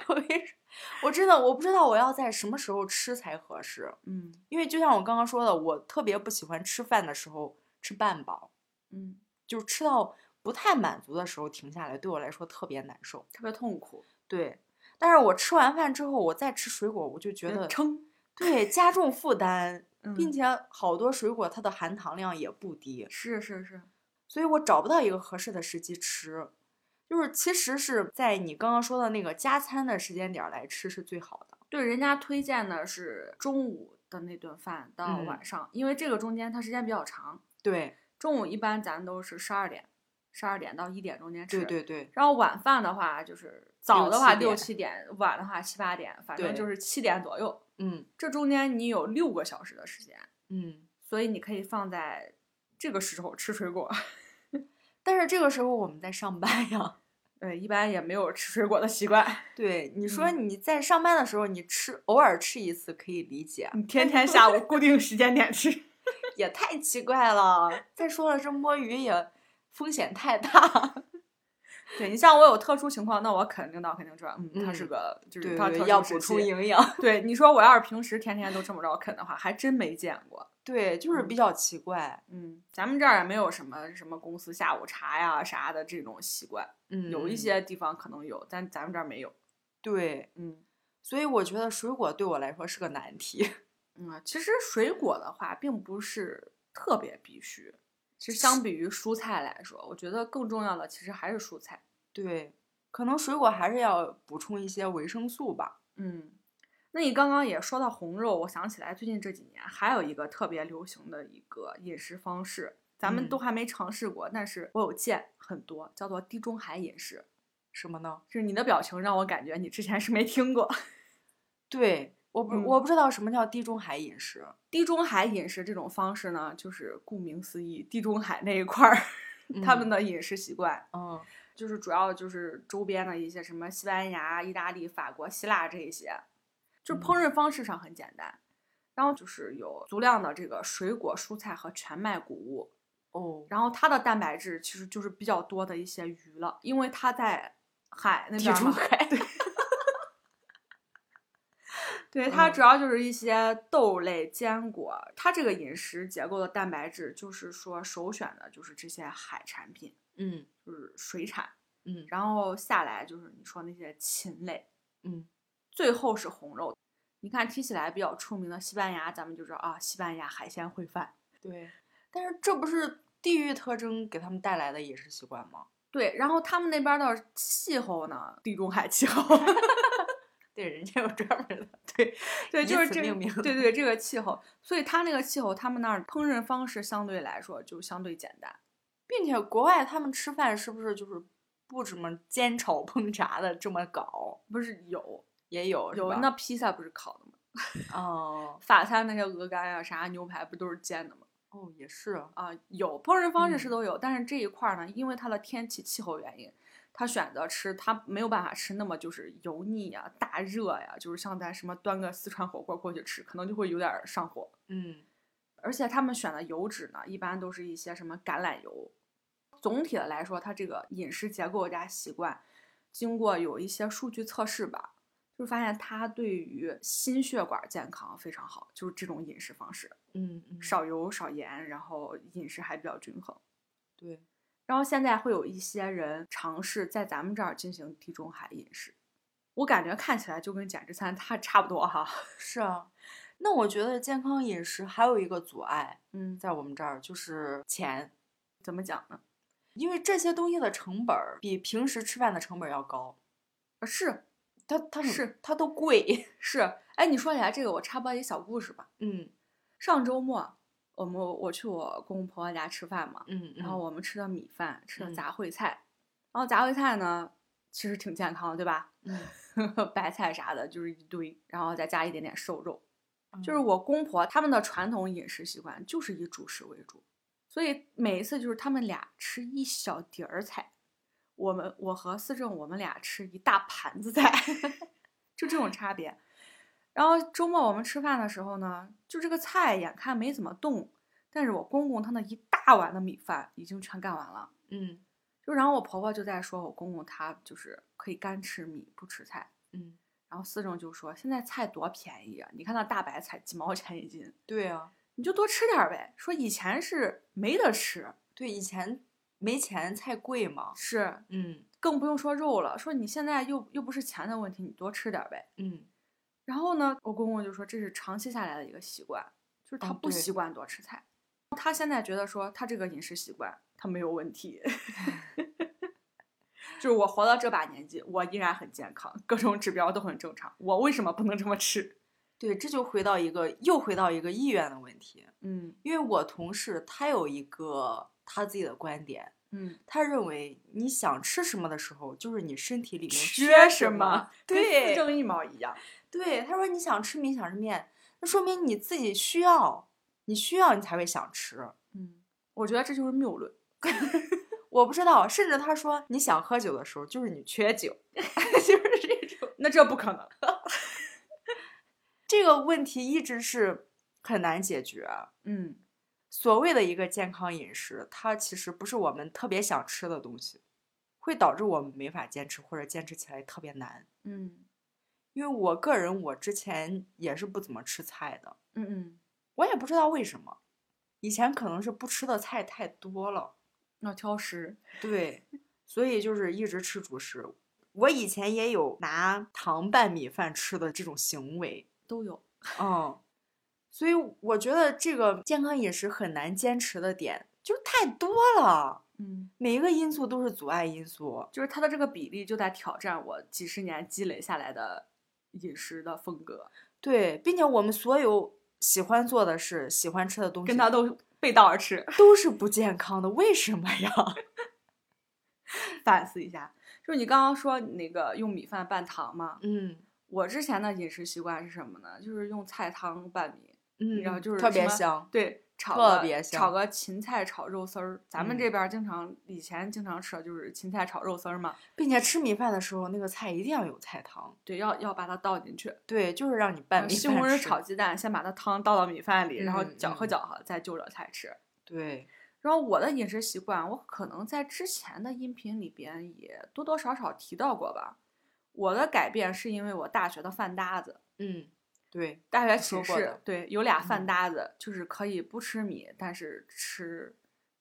Speaker 2: 我跟你说我真的我不知道我要在什么时候吃才合适，
Speaker 1: 嗯
Speaker 2: 因为就像我刚刚说的，我特别不喜欢吃饭的时候吃半饱。
Speaker 1: 嗯，
Speaker 2: 就是吃到不太满足的时候停下来，对我来说特别难受。
Speaker 1: 特别痛苦，
Speaker 2: 对，但是我吃完饭之后，我再吃水果，我就觉
Speaker 1: 嗯
Speaker 2: 得
Speaker 1: 撑，
Speaker 2: 对加重负担，并
Speaker 1: 嗯
Speaker 2: 且好多水果它的含糖量也不低，
Speaker 1: 是是是，
Speaker 2: 所以我找不到一个合适的时机吃。就是其实是在你刚刚说的那个加餐的时间点儿来吃是最好的。
Speaker 1: 对，人家推荐的是中午的那顿饭到
Speaker 2: 嗯
Speaker 1: 晚上，因为这个中间它时间比较长。
Speaker 2: 对，
Speaker 1: 中午一般咱都是十二点，十二点到一点中间吃。
Speaker 2: 对对对，
Speaker 1: 然后晚饭的话，就是早的话
Speaker 2: 六
Speaker 1: 六
Speaker 2: 七
Speaker 1: 七点，晚的话七八点，反正
Speaker 2: 对
Speaker 1: 就是七点左右。
Speaker 2: 嗯
Speaker 1: 这中间你有六个小时的时间，
Speaker 2: 嗯。
Speaker 1: 所以你可以放在这个时候吃水果。
Speaker 2: 但是这个时候我们在上班呀，
Speaker 1: 对，一般也没有吃水果的习惯。
Speaker 2: 对，你说
Speaker 1: 嗯
Speaker 2: 你在上班的时候，你吃偶尔吃一次可以理解，
Speaker 1: 你天天下午固定时间点吃，
Speaker 2: 也太奇怪了。再说了，这摸鱼也风险太大。
Speaker 1: 对你像我有特殊情况，那我肯定到肯定知道，嗯，它是
Speaker 2: 嗯
Speaker 1: 个就是
Speaker 2: 对
Speaker 1: 它特
Speaker 2: 要
Speaker 1: 殊
Speaker 2: 补
Speaker 1: 时
Speaker 2: 充
Speaker 1: 期。
Speaker 2: 营养。
Speaker 1: 对，你说我要是平时天天都这么着啃的话，还真没见过。
Speaker 2: 对，就是比较奇怪，
Speaker 1: 嗯，咱们这儿也没有什么什么公司下午茶呀啥的这种习惯，
Speaker 2: 嗯，
Speaker 1: 有一些地方可能有，但咱们这儿没有。
Speaker 2: 对，
Speaker 1: 嗯
Speaker 2: 所以我觉得水果对我来说是个难题。
Speaker 1: 嗯，其实水果的话并不是特别必须，其实相比于蔬菜来说，我觉得更重要的其实还是蔬菜。
Speaker 2: 对，可能水果还是要补充一些维生素吧。
Speaker 1: 嗯，那你刚刚也说到红肉，我想起来最近这几年还有一个特别流行的一个饮食方式，咱们都
Speaker 2: 嗯
Speaker 1: 还没尝试过，但是我有见很多，叫做地中海饮食。
Speaker 2: 什么呢？
Speaker 1: 就是你的表情让我感觉你之前是没听过。
Speaker 2: 对，我不、我不知道什么叫地中海饮食。
Speaker 1: 地中海饮食这种方式呢，就是顾名思义，地中海那一块儿、 他们
Speaker 2: 嗯
Speaker 1: 的饮食习惯，
Speaker 2: 嗯
Speaker 1: 就是主要就是周边的一些什么西班牙、意大利、法国、希腊这一些，就烹
Speaker 2: 嗯
Speaker 1: 饪方式上很简单，然后就是有足量的这个水果、蔬菜和全麦谷物，
Speaker 2: 哦，
Speaker 1: 然后它的蛋白质其实就是比较多的一些鱼了，因为它在海那
Speaker 2: 地
Speaker 1: 边儿
Speaker 2: 中
Speaker 1: 嘛
Speaker 2: 海。
Speaker 1: 对，它
Speaker 2: 嗯
Speaker 1: 主要就是一些豆类、坚果，它这个饮食结构的蛋白质，就是说首选的就是这些海产品，
Speaker 2: 嗯
Speaker 1: 就是水产，
Speaker 2: 嗯
Speaker 1: 然后下来就是你说那些禽类，
Speaker 2: 嗯，
Speaker 1: 最后是红肉。你看听起来比较出名的西班牙，咱们就知道啊，西班牙海鲜烩饭。
Speaker 2: 对。但是这不是地域特征给他们带来的饮食习惯吗？
Speaker 1: 对，然后他们那边儿的气候呢，地中海气候，
Speaker 2: 对，人家有专门的。对，
Speaker 1: 对，
Speaker 2: 以
Speaker 1: 就是
Speaker 2: 此
Speaker 1: 这
Speaker 2: 命
Speaker 1: 个，
Speaker 2: 名
Speaker 1: 对对，这个气候，所以它那个气候，他们那儿烹饪方式相对来说就相对简单。
Speaker 2: 并且国外他们吃饭是不是就是不怎么煎炒烹炸的这么搞？
Speaker 1: 不是有
Speaker 2: 也有是
Speaker 1: 有
Speaker 2: 吧
Speaker 1: 那披萨不是烤的吗？
Speaker 2: 哦
Speaker 1: 法餐那些鹅肝呀、啥牛排不都是煎的吗？
Speaker 2: 哦也是
Speaker 1: 啊、有烹饪方式是
Speaker 2: 嗯
Speaker 1: 都有，但是这一块儿呢，因为它的天气气候原因，他选择吃他没有办法吃那么就是油腻呀、大热呀，就是像咱什么端个四川火锅过去吃，可能就会有点儿上火。
Speaker 2: 嗯
Speaker 1: 而且他们选的油脂呢，一般都是一些什么橄榄油。总体的来说，它这个饮食结构加习惯，经过有一些数据测试吧，就发现它对于心血管健康非常好，就是这种饮食方式，
Speaker 2: 嗯嗯
Speaker 1: 少油少盐，然后饮食还比较均衡。
Speaker 2: 对
Speaker 1: 然后现在会有一些人尝试在咱们这儿进行地中海饮食，我感觉看起来就跟减脂餐它差不多哈。
Speaker 2: 是啊。那我觉得健康饮食还有一个阻碍
Speaker 1: 嗯，
Speaker 2: 在我们这儿就是钱，
Speaker 1: 怎么讲呢？
Speaker 2: 因为这些东西的成本儿比平时吃饭的成本儿要高，
Speaker 1: 呃是
Speaker 2: 它它很
Speaker 1: 是
Speaker 2: 它都贵。
Speaker 1: 是，哎，你说起来这个，我插播一小故事吧。
Speaker 2: 嗯
Speaker 1: 上周末，我们我去我公公婆婆家吃饭嘛，
Speaker 2: 嗯，
Speaker 1: 然后我们吃的米饭，吃的
Speaker 2: 嗯
Speaker 1: 杂烩菜，然后杂烩菜呢，其实挺健康的，对吧？
Speaker 2: 嗯
Speaker 1: 白菜啥的，就是一堆，然后再加一点点瘦
Speaker 2: 嗯
Speaker 1: 肉。就是我公婆他们的传统饮食习惯就是以主食为主，所以每一次就是他们俩吃一小碟儿菜，我们我和思政我们俩吃一大盘子菜， 就这种差别。然后周末我们吃饭的时候呢，就这个菜眼看没怎么动，但是我公公他那一大碗的米饭已经全干完了。
Speaker 2: 嗯
Speaker 1: 就然后我婆婆就在说我公公他就是可以干吃米不吃菜，
Speaker 2: 嗯，
Speaker 1: 然后思政就说现在菜多便宜啊，你看那大白菜几毛钱一斤，
Speaker 2: 对啊，
Speaker 1: 你就多吃点儿呗。说以前是没得吃，
Speaker 2: 对以前没钱菜贵嘛。
Speaker 1: 是
Speaker 2: 嗯
Speaker 1: 更不用说肉了。说你现在又又不是钱的问题，你多吃点儿呗。
Speaker 2: 嗯
Speaker 1: 然后呢，我公公就说这是长期下来的一个习惯，就是他
Speaker 2: 嗯
Speaker 1: 不
Speaker 2: 对
Speaker 1: 习惯多吃菜。他现在觉得说他这个饮食习惯他没有问 题，就是我活到这把年纪，我依然很健康，各种指标都很正常，我为什么不能这么吃？
Speaker 2: 对，这就回到一个又回到一个意愿的问题，
Speaker 1: 嗯
Speaker 2: 因为我同事他有一个他自己的观点，
Speaker 1: 嗯，
Speaker 2: 他认为你想吃什么的时候，就是你身体里面
Speaker 1: 缺
Speaker 2: 什
Speaker 1: 什么？跟思
Speaker 2: 对
Speaker 1: 政一毛一样。
Speaker 2: 对，他说你想吃米，想吃面，那说明你自己需要，你需要你才会想吃。
Speaker 1: 嗯，我觉得这就是谬论。
Speaker 2: 我不知道，甚至他说你想喝酒的时候，就是你缺酒， 就是这种。
Speaker 1: 那这不可能。
Speaker 2: 这个问题一直是很难解决。
Speaker 1: 嗯，
Speaker 2: 所谓的一个健康饮食，它其实不是我们特别想吃的东西，会导致我们没法坚持，或者坚持起来特别难。
Speaker 1: 嗯
Speaker 2: 因为我个人，我之前也是不怎么吃菜的，
Speaker 1: 嗯嗯，
Speaker 2: 我也不知道为什么，以前可能是不吃的菜太多了，
Speaker 1: 要挑食。
Speaker 2: 对，所以就是一直吃主食。我以前也有拿糖拌米饭吃的这种行为，
Speaker 1: 都有。
Speaker 2: 嗯，所以我觉得这个健康饮食很难坚持的点就是太多了，
Speaker 1: 嗯，
Speaker 2: 每一个因素都是阻碍因素。
Speaker 1: 就是它的这个比例就在挑战我几十年积累下来的饮食的风格，
Speaker 2: 对，并且我们所有喜欢做的事、喜欢吃的东西，
Speaker 1: 跟它都背道而驰。
Speaker 2: 都是不健康的，为什么呀？
Speaker 1: 反思一下，就是你刚刚说那个用米饭拌糖嘛，
Speaker 2: 嗯
Speaker 1: 我之前的饮食习惯是什么呢？就是用菜汤拌米，
Speaker 2: 嗯，
Speaker 1: 然后就是
Speaker 2: 特
Speaker 1: 什
Speaker 2: 别
Speaker 1: 么
Speaker 2: 香。
Speaker 1: 对，炒
Speaker 2: 特
Speaker 1: 个
Speaker 2: 别
Speaker 1: 炒
Speaker 2: 香
Speaker 1: 个芹菜炒肉丝儿。咱们
Speaker 2: 嗯
Speaker 1: 这边儿经常、以前经常吃的就是芹菜炒肉丝儿嘛，
Speaker 2: 并且吃米饭的时候，那个菜一定要有菜汤。
Speaker 1: 对，要要把它倒进去。
Speaker 2: 对，就是让你拌
Speaker 1: 嗯
Speaker 2: 呃米
Speaker 1: 西
Speaker 2: 饭
Speaker 1: 红柿
Speaker 2: 吃
Speaker 1: 炒。鸡蛋，先把它汤倒到米饭里，然后
Speaker 2: 嗯
Speaker 1: 搅和
Speaker 2: 嗯
Speaker 1: 搅和，再就着菜吃。
Speaker 2: 对，
Speaker 1: 然后我的饮食习惯，我可能在之前的音频里边也多多少少提到过吧。我的改变是因为我大学的饭搭子，
Speaker 2: 嗯，对，
Speaker 1: 大学
Speaker 2: 说
Speaker 1: 寝
Speaker 2: 过
Speaker 1: 室
Speaker 2: 的
Speaker 1: 对有俩
Speaker 2: 嗯
Speaker 1: 饭搭子，就是可以不吃米，但是吃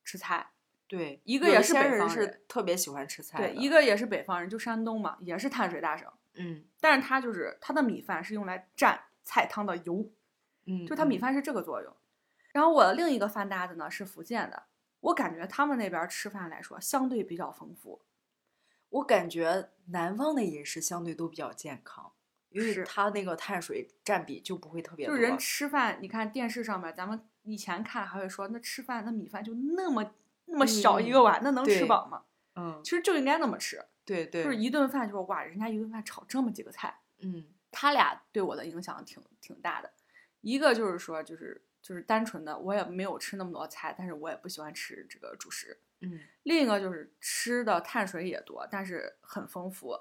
Speaker 1: 吃菜。
Speaker 2: 对，
Speaker 1: 一个
Speaker 2: 有
Speaker 1: 也
Speaker 2: 一
Speaker 1: 是
Speaker 2: 些
Speaker 1: 北
Speaker 2: 人
Speaker 1: 方
Speaker 2: 是
Speaker 1: 人
Speaker 2: 特别喜欢吃菜
Speaker 1: 对，
Speaker 2: 的
Speaker 1: 一个也是北方人，就山东嘛，也是碳水大省，
Speaker 2: 嗯
Speaker 1: 但是他就是他的米饭是用来蘸菜汤的油，
Speaker 2: 嗯，
Speaker 1: 就他米
Speaker 2: 嗯
Speaker 1: 饭是这个作用。然后我的另一个饭搭子呢是福建的，我感觉他们那边儿吃饭来说相对比较丰富，
Speaker 2: 我感觉南方的饮食相对都比较健康，因为
Speaker 1: 是
Speaker 2: 它那个碳水占比就不会特别
Speaker 1: 就
Speaker 2: 多。
Speaker 1: 是人吃饭，你看电视上面咱们以前看还会说那吃饭那米饭就那么那么小
Speaker 2: 嗯
Speaker 1: 一个碗，那能吃
Speaker 2: 对
Speaker 1: 饱吗？
Speaker 2: 嗯
Speaker 1: 其，实就应该那么吃，
Speaker 2: 对对，
Speaker 1: 就是一顿饭就是哇，人家一顿饭炒这么几个菜。
Speaker 2: 嗯
Speaker 1: 他俩对我的影响挺挺大的。一个就是说，就是就是单纯的，我也没有吃那么多菜，但是我也不喜欢吃这个主食。
Speaker 2: 嗯
Speaker 1: 另一个就是吃的碳水也多，但是很丰富，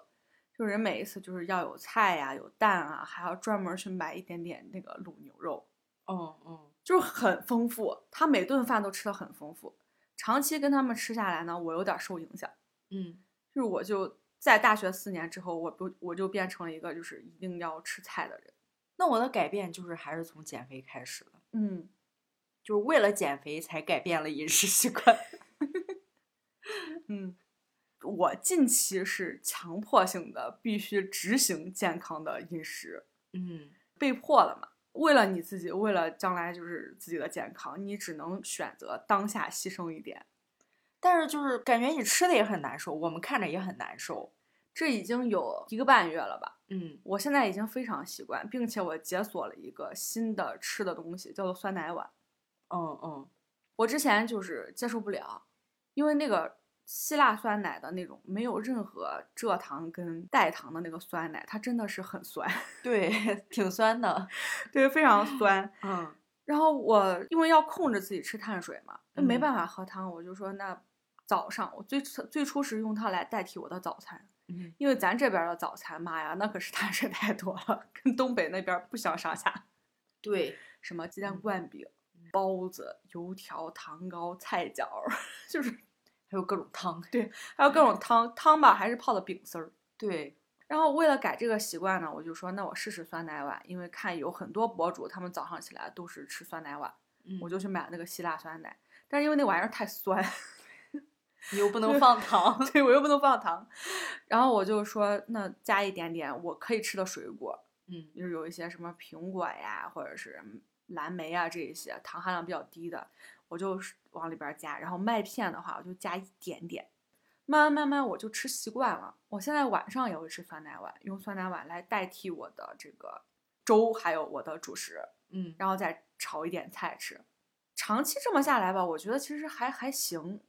Speaker 1: 就是人每一次就是要有菜呀、有蛋啊，还要专门去买一点点那个卤牛肉，
Speaker 2: 哦哦，
Speaker 1: 就是很丰富。他每顿饭都吃的很丰富，长期跟他们吃下来呢，我有点受影响。
Speaker 2: 嗯
Speaker 1: 就是我就在大学四年之后，我不我就变成了一个就是一定要吃菜的人。
Speaker 2: 那我的改变就是还是从减肥开始的，
Speaker 1: 嗯，
Speaker 2: 就是为了减肥才改变了饮食习惯。
Speaker 1: 嗯，我近期是强迫性的必须执行健康的饮食，
Speaker 2: 嗯
Speaker 1: 被迫了嘛。为了你自己，为了将来就是自己的健康，你只能选择当下牺牲一点。，
Speaker 2: 但是就是感觉你吃的也很难受，我们看着也很难受。
Speaker 1: 这已经有一个半月了吧，
Speaker 2: 嗯
Speaker 1: 我现在已经非常习惯，并且我解锁了一个新的吃的东西，叫做酸奶碗。
Speaker 2: 嗯嗯
Speaker 1: 我之前就是接受不了，因为那个希腊酸奶的那种没有任何蔗糖跟代糖的那个酸奶，它真的是很酸。
Speaker 2: 对， 挺酸的。
Speaker 1: 对，非常酸。
Speaker 2: 嗯
Speaker 1: 然后我因为要控制自己吃碳水嘛，那没
Speaker 2: 嗯
Speaker 1: 办法喝汤，我就说那早上我最初最初是用它来代替我的早餐，
Speaker 2: 嗯，
Speaker 1: 因为咱这边儿的早餐，妈呀，那可是碳水太多了，跟东北那边儿不相上下。
Speaker 2: 对，
Speaker 1: 什么鸡蛋
Speaker 2: 嗯
Speaker 1: 灌饼、包子、油条、糖糕、菜饺儿， 就是
Speaker 2: 还有各种汤。
Speaker 1: 还有
Speaker 2: 嗯
Speaker 1: 各种汤汤吧，还是泡的饼丝儿。
Speaker 2: 对，
Speaker 1: 然后为了改这个习惯呢，我就说那我试试酸奶碗，因为看有很多博主他们早上起来都是吃酸奶碗。
Speaker 2: 嗯
Speaker 1: 我就去买那个希腊酸奶，但是因为那玩意儿太酸，
Speaker 2: 你又不
Speaker 1: 对
Speaker 2: 能放糖。
Speaker 1: 对我又不能放糖，然后我就说那加一点点我可以吃的水果，
Speaker 2: 嗯
Speaker 1: 就是有一些什么苹果呀，或者是蓝莓啊这一些糖含量比较低的，我就是往里边儿加，然后麦片的话我就加一点点。慢慢慢慢，我就吃习惯了。我现在晚上也会吃酸奶碗，用酸奶碗来代替我的这个粥，还有我的主食。
Speaker 2: 嗯
Speaker 1: 然后再炒一点菜吃。长期这么下来吧，我觉得其实还还行。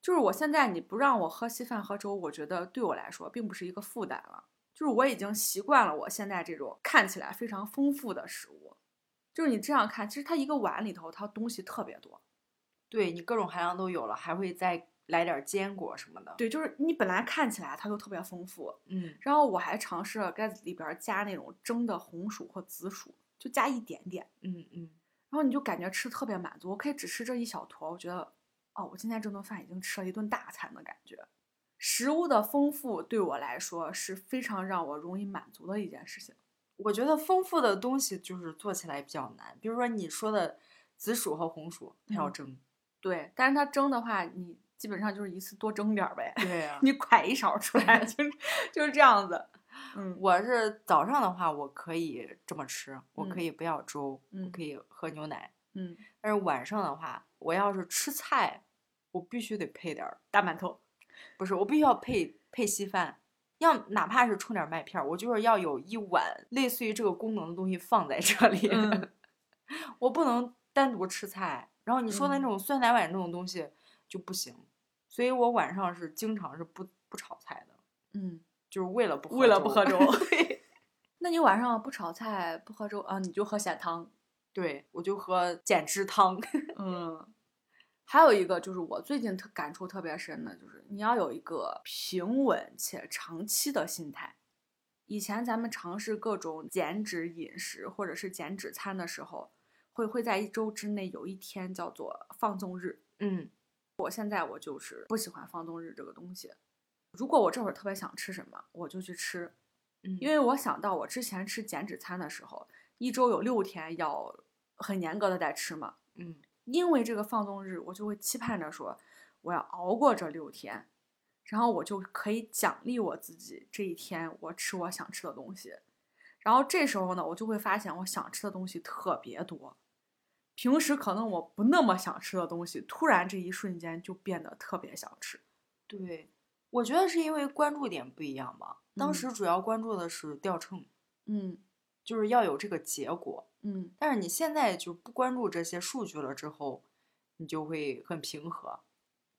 Speaker 1: 就是我现在你不让我喝稀饭喝粥，我觉得对我来说并不是一个负担了。就是我已经习惯了我现在这种看起来非常丰富的食物。就是你这样看，其实它一个碗里头它东西特别多。
Speaker 2: 对你各种含量都有了，还会再来点儿坚果什么的。
Speaker 1: 对，就是你本来看起来它就特别丰富，
Speaker 2: 嗯
Speaker 1: 然后我还尝试了该里边儿加那种蒸的红薯或紫薯，就加一点点。
Speaker 2: 嗯嗯，
Speaker 1: 然后你就感觉吃得特别满足，我可以只吃这一小坨，我觉得，哦，我今天这顿饭已经吃了一顿大餐的感觉。食物的丰富对我来说是非常让我容易满足的一件事情。
Speaker 2: 我觉得丰富的东西就是做起来比较难，比如说你说的紫薯和红薯，它要
Speaker 1: 嗯
Speaker 2: 蒸。
Speaker 1: 对，但是它蒸的话，你基本上就是一次多蒸点儿呗，
Speaker 2: 对呀、
Speaker 1: 你㧟一勺出来， 就是就是这样子。嗯，
Speaker 2: 我是早上的话，我可以这么吃，我可
Speaker 1: 嗯
Speaker 2: 以不要粥，我
Speaker 1: 嗯
Speaker 2: 可以喝牛奶。
Speaker 1: 嗯，
Speaker 2: 但是晚上的话，我要是吃菜，我必须得配点儿，
Speaker 1: 大馒头，
Speaker 2: 不是，我必须要配配稀饭，要哪怕是冲点儿麦片儿，我就是要有一碗类似于这个功能的东西放在这里，
Speaker 1: 嗯
Speaker 2: 我不能单独吃菜。然后你说的那
Speaker 1: 嗯
Speaker 2: 种酸奶碗这种东西就不行，所以我晚上是经常是不不炒菜的，
Speaker 1: 嗯，
Speaker 2: 就是为了不喝
Speaker 1: 为了不喝
Speaker 2: 粥
Speaker 1: 粥。对， 那你晚上不炒菜不喝粥啊，你就喝咸汤。
Speaker 2: 对，我就喝减脂汤。
Speaker 1: 嗯，还有一个就是我最近特感触特别深的，就是你要有一个平稳且长期的心态。以前咱们尝试各种减脂饮食或者是减脂餐的时候，会会在一周之内有一天叫做放纵日。
Speaker 2: 嗯
Speaker 1: 我现在我就是不喜欢放纵日这个东西。如果我这会儿特别想吃什么，我就去吃，
Speaker 2: 嗯，
Speaker 1: 因为我想到我之前吃减脂餐的时候，一周有六天要很严格的在吃嘛，
Speaker 2: 嗯
Speaker 1: 因为这个放纵日，我就会期盼着说，我要熬过这六天，然后我就可以奖励我自己这一天我吃我想吃的东西。然后这时候呢，我就会发现我想吃的东西特别多，平时可能我不那么想吃的东西，突然这一瞬间就变得特别想吃。
Speaker 2: 对，我觉得是因为关注点不一样吧。当
Speaker 1: 嗯
Speaker 2: 时主要关注的是掉秤，
Speaker 1: 嗯
Speaker 2: 就是要有这个结果。
Speaker 1: 嗯
Speaker 2: 但是你现在就不关注这些数据了之后，你就会很平和。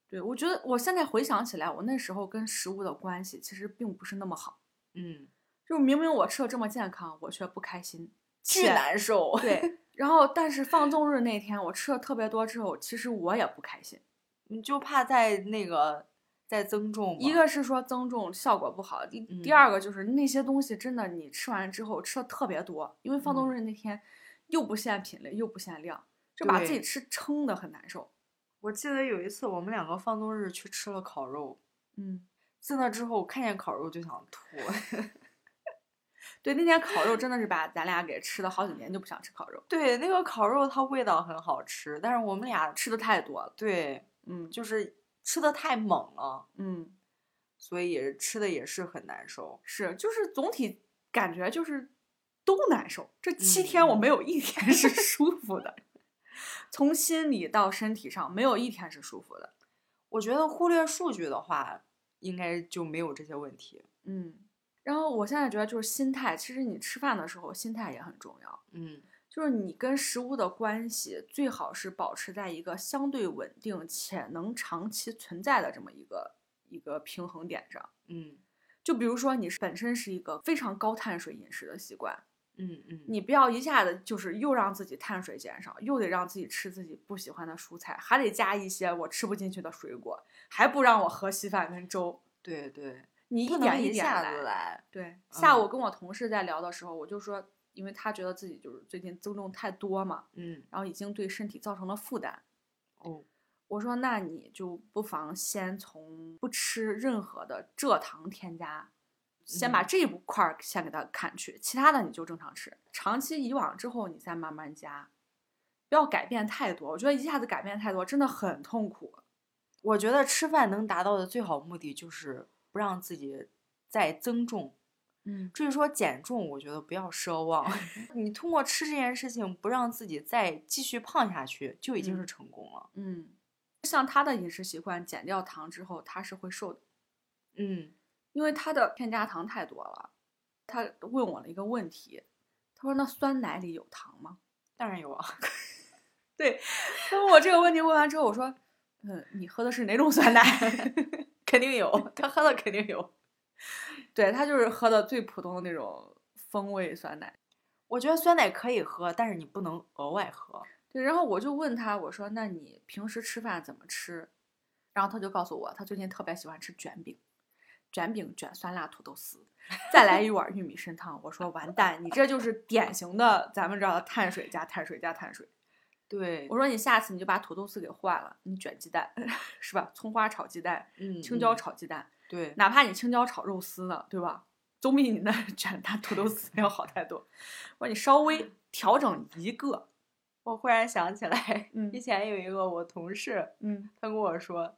Speaker 1: 对，我觉得我现在回想起来，我那时候跟食物的关系其实并不是那么好，
Speaker 2: 嗯，
Speaker 1: 就明明我吃的这么健康，我却不开心，
Speaker 2: 巨
Speaker 1: 且
Speaker 2: 难受。
Speaker 1: 对，然后但是放纵日那天我吃了特别多之后，其实我也不开心。
Speaker 2: 你就怕在那个在增重嘛。
Speaker 1: 一个是说增重效果不好，第第
Speaker 2: 嗯
Speaker 1: 二个就是那些东西真的你吃完之后吃的特别多，因为放纵
Speaker 2: 嗯
Speaker 1: 日那天又不限品类又不限量，就把自己
Speaker 2: 对
Speaker 1: 吃撑的很难受。
Speaker 2: 我记得有一次我们两个放纵日去吃了烤肉，
Speaker 1: 嗯，
Speaker 2: 自那之后看见烤肉就想 吐。
Speaker 1: 对，那天烤肉真的是把咱俩给吃的好几年就不想吃烤肉，
Speaker 2: 对，那个烤肉它味道很好吃，但是我们俩
Speaker 1: 吃的太多了。
Speaker 2: 对
Speaker 1: 嗯
Speaker 2: 就是吃的太猛了，
Speaker 1: 嗯，
Speaker 2: 所以吃的也是很难受。
Speaker 1: 是，就是总体感觉就是都难受。这七天我
Speaker 2: 嗯
Speaker 1: 没有一天 是舒服的， 从心里到身体上没有一天是舒服的。
Speaker 2: 我觉得忽略数据的话，应该就没有这些问题。
Speaker 1: 嗯，然后我现在觉得就是心态，其实你吃饭的时候心态也很重要，
Speaker 2: 嗯
Speaker 1: 就是你跟食物的关系最好是保持在一个相对稳定且能长期存在的这么一个一个平衡点上。
Speaker 2: 嗯
Speaker 1: 就比如说，你是本身是一个非常高碳水饮食的习惯，
Speaker 2: 嗯嗯，
Speaker 1: 你不要一下子就是又让自己碳水减少，又得让自己吃自己不喜欢的蔬菜，还得加一些我吃不进去的水果，还不让我喝稀饭跟粥，
Speaker 2: 对对，
Speaker 1: 你
Speaker 2: 不
Speaker 1: 一
Speaker 2: 能
Speaker 1: 点
Speaker 2: 一
Speaker 1: 点
Speaker 2: 下子
Speaker 1: 来。
Speaker 2: 来。
Speaker 1: 对，下午
Speaker 2: 嗯
Speaker 1: 跟我同事在聊的时候，我就说，因为他觉得自己就是最近增重太多嘛，
Speaker 2: 嗯
Speaker 1: 然后已经对身体造成了负担。
Speaker 2: 哦，
Speaker 1: 我说，那你就不妨先从不吃任何的蔗糖添加，先把
Speaker 2: 嗯
Speaker 1: 这一步块儿先给它砍去，其他的你就正常吃。长期以往之后，你再慢慢加，不要改变太多。我觉得一下子改变太多真的很痛苦。
Speaker 2: 我觉得吃饭能达到的最好目的就是不让自己再增重。
Speaker 1: 嗯
Speaker 2: 至于说减重，我觉得不要奢 望，你通过吃这件事情不让自己再继续胖下去，就已经是
Speaker 1: 嗯
Speaker 2: 成功了。
Speaker 1: 嗯，像他的饮食习惯，减掉糖之后，他是会瘦的。
Speaker 2: 嗯
Speaker 1: 因为它的添加糖太多了。他问我了一个问题，他说：“那酸奶里有糖吗
Speaker 2: 当然有啊，？”
Speaker 1: 他问我这个问题问完之后，我说：“嗯，你喝的是哪种酸奶
Speaker 2: 肯定有，他喝了肯定有。？”
Speaker 1: 对他就是喝的最普通的那种风味酸奶。
Speaker 2: 我觉得酸奶可以喝，但是你不能额外喝。
Speaker 1: 对，然后我就问他，我说：“那你平时吃饭怎么吃？”然后他就告诉我，他最近特别喜欢吃卷饼，卷饼卷酸辣土豆丝，再来一碗玉米参汤。我说：“完蛋，你这就是典型的咱们这儿的碳水加碳水加碳水。”
Speaker 2: 对
Speaker 1: 我说你下次你就把土豆丝给换了，你卷鸡蛋 是吧？葱花炒鸡蛋，
Speaker 2: 嗯，
Speaker 1: 青椒
Speaker 2: 嗯
Speaker 1: 炒鸡蛋，
Speaker 2: 对，
Speaker 1: 哪怕你青椒炒肉丝呢，对吧？总比你那 卷大土豆丝要好太多。我说你稍微调整一个，
Speaker 2: 我忽然想起来，
Speaker 1: 嗯
Speaker 2: 以前有一个我同事，
Speaker 1: 嗯，
Speaker 2: 他跟我说，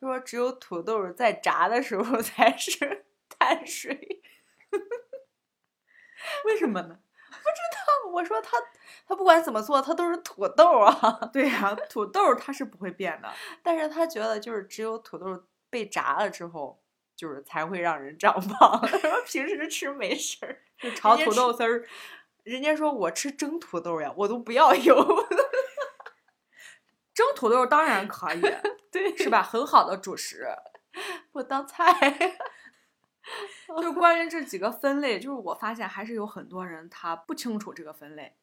Speaker 2: 他说只有土豆儿在炸的时候 才是碳水。
Speaker 1: 为什么呢？
Speaker 2: 我说他他不管怎么做，他都是土豆儿啊。
Speaker 1: 对呀、土豆儿它是不会变的。
Speaker 2: 但是他觉得就是只有土豆儿被炸了之后，就是才会让人长胖。 他说平时吃没事儿，
Speaker 1: 就炒
Speaker 2: 家
Speaker 1: 土豆
Speaker 2: 吃
Speaker 1: 丝儿，
Speaker 2: 人家说我吃蒸土豆儿呀，我都不要油。
Speaker 1: 蒸土豆儿当然可以，
Speaker 2: 对，
Speaker 1: 是吧？很好的主食。
Speaker 2: 我当菜。
Speaker 1: 就关于这几个分类，就是我发现还是有很多人他不清楚这个分类。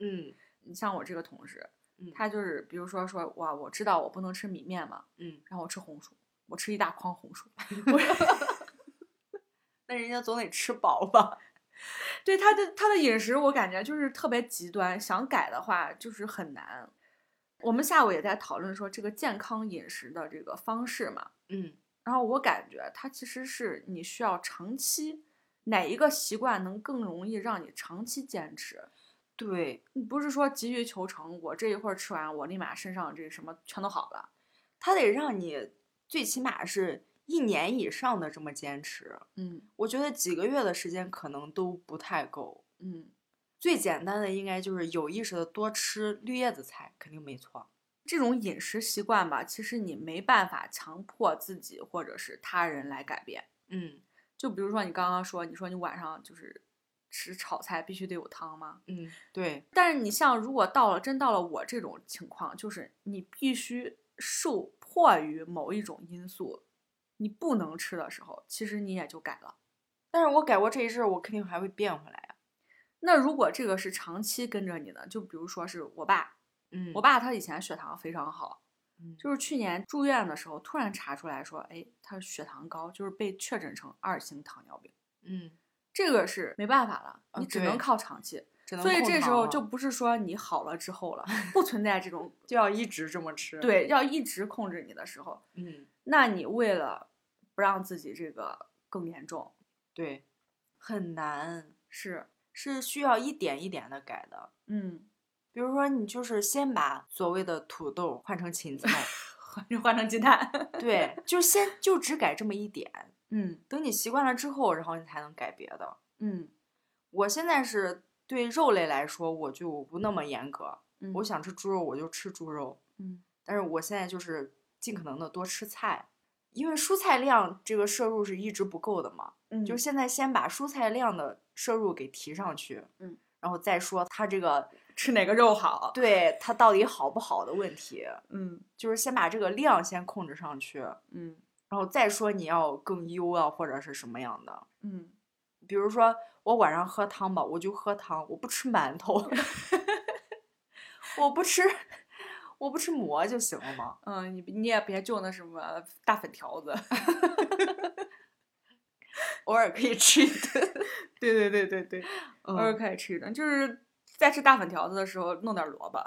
Speaker 2: 嗯
Speaker 1: 你像我这个同事，
Speaker 2: 嗯，
Speaker 1: 他就是比如说说哇，我知道我不能吃米面嘛，
Speaker 2: 嗯，
Speaker 1: 然后我吃红薯，我吃一大筐红薯。
Speaker 2: 那人家总得吃饱吧？
Speaker 1: 对他的他的饮食，我感觉就是特别极端，想改的话就是很难。我们下午也在讨论说这个健康饮食的这个方式嘛，
Speaker 2: 嗯
Speaker 1: 然后我感觉它其实是你需要长期哪一个习惯能更容易让你长期坚持。，
Speaker 2: 对，
Speaker 1: 你不是说急于求成，我这一会儿吃完，我立马身上这什么全都好了。
Speaker 2: 他得让你最起码是一年以上的这么坚持。
Speaker 1: 嗯
Speaker 2: 我觉得几个月的时间可能都不太够。
Speaker 1: 嗯，
Speaker 2: 最简单的应该就是有意识的多吃绿叶子菜，肯定没错。
Speaker 1: 这种饮食习惯吧，其实你没办法强迫自己或者是他人来改变。
Speaker 2: 嗯
Speaker 1: 就比如说你刚刚说，你说你晚上就是吃炒菜必须得有汤吗？
Speaker 2: 嗯，对，
Speaker 1: 但是你像如果到了真到了我这种情况，就是你必须受迫于某一种因素，你不能吃的时候，其实你也就改了。
Speaker 2: 但是我改过这一阵儿，我肯定还会变回来啊。
Speaker 1: 那如果这个是长期跟着你的，就比如说是我爸，
Speaker 2: 嗯
Speaker 1: 我爸他以前血糖非常好，
Speaker 2: 嗯
Speaker 1: 就是去年住院的时候突然查出来说，哎，他血糖高，就是被确诊成二型糖尿病，
Speaker 2: 嗯，
Speaker 1: 这个是没办法了，
Speaker 2: 啊
Speaker 1: 你只能
Speaker 2: 对
Speaker 1: 靠长期。
Speaker 2: 只能
Speaker 1: 所以
Speaker 2: 控
Speaker 1: 这时
Speaker 2: 糖
Speaker 1: 候
Speaker 2: 了
Speaker 1: 就不是说你好了之后了，不存在这种
Speaker 2: 就要一直这么吃。，
Speaker 1: 对要一直控制你的时候，
Speaker 2: 嗯，
Speaker 1: 那你为了不让自己这个更严重，
Speaker 2: 对，很难，
Speaker 1: 是
Speaker 2: 是需要一点一点的改的。
Speaker 1: 嗯，
Speaker 2: 比如说，你就是先把所谓的土豆换成芹菜，
Speaker 1: 换换成鸡蛋，
Speaker 2: 对，就先就只改这么一点，
Speaker 1: 嗯
Speaker 2: 等你习惯了之后，然后你才能改别的。
Speaker 1: 嗯
Speaker 2: 我现在是对肉类来说，我就不那么严格，
Speaker 1: 嗯，
Speaker 2: 我想吃猪肉我就吃猪肉，
Speaker 1: 嗯
Speaker 2: 但是我现在就是尽可能的多吃菜，因为蔬菜量这个摄入是一直不够的嘛，
Speaker 1: 嗯
Speaker 2: 就是现在先把蔬菜量的摄入给提上去，
Speaker 1: 嗯，
Speaker 2: 然后再说它这个
Speaker 1: 吃哪个肉好，
Speaker 2: 对它到底好不好的问题，
Speaker 1: 嗯
Speaker 2: 就是先把这个量先控制上去，然
Speaker 1: 嗯
Speaker 2: 后再说你要更优啊或者是什么样的。
Speaker 1: 嗯，
Speaker 2: 比如说我晚上喝汤吧，我就喝汤，我不吃馒头， 我不吃，我不吃馍就行了嘛。
Speaker 1: 嗯，你你也别就那什么大粉条子，
Speaker 2: 偶尔可以吃一顿，
Speaker 1: 对对对对对，偶尔
Speaker 2: 嗯，
Speaker 1: 可以吃一顿，就是在吃大粉条子的时候弄点萝卜，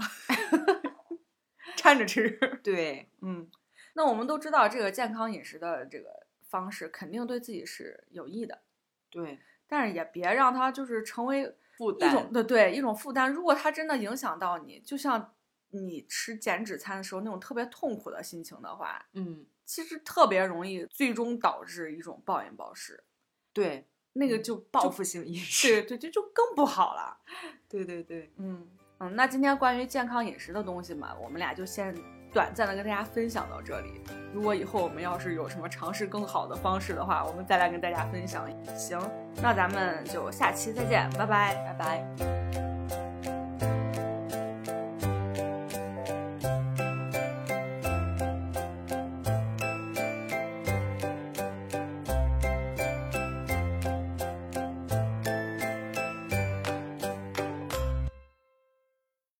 Speaker 1: 掺着吃。
Speaker 2: 对，
Speaker 1: 嗯，那我们都知道这个健康饮食的这个方式肯定对自己是有益的，
Speaker 2: 对，
Speaker 1: 但是也别让它就是成为
Speaker 2: 负
Speaker 1: 一种
Speaker 2: 担，
Speaker 1: 对对一种负担。如果它真的影响到你，就像你吃减脂餐的时候那种特别痛苦的心情的话，
Speaker 2: 嗯，
Speaker 1: 其实特别容易最终导致一种暴饮暴食，
Speaker 2: 对，
Speaker 1: 那个
Speaker 2: 嗯
Speaker 1: 就
Speaker 2: 报
Speaker 1: 报复，
Speaker 2: 复性饮
Speaker 1: 对
Speaker 2: 食，
Speaker 1: 对，这就更不好了。
Speaker 2: 对对对，
Speaker 1: 嗯嗯，那今天关于健康饮食的东西嘛，我们俩就先短暂的跟大家分享到这里。如果以后我们要是有什么尝试更好的方式的话，我们再来跟大家分享。行，那咱们就下期再见，拜拜，拜拜。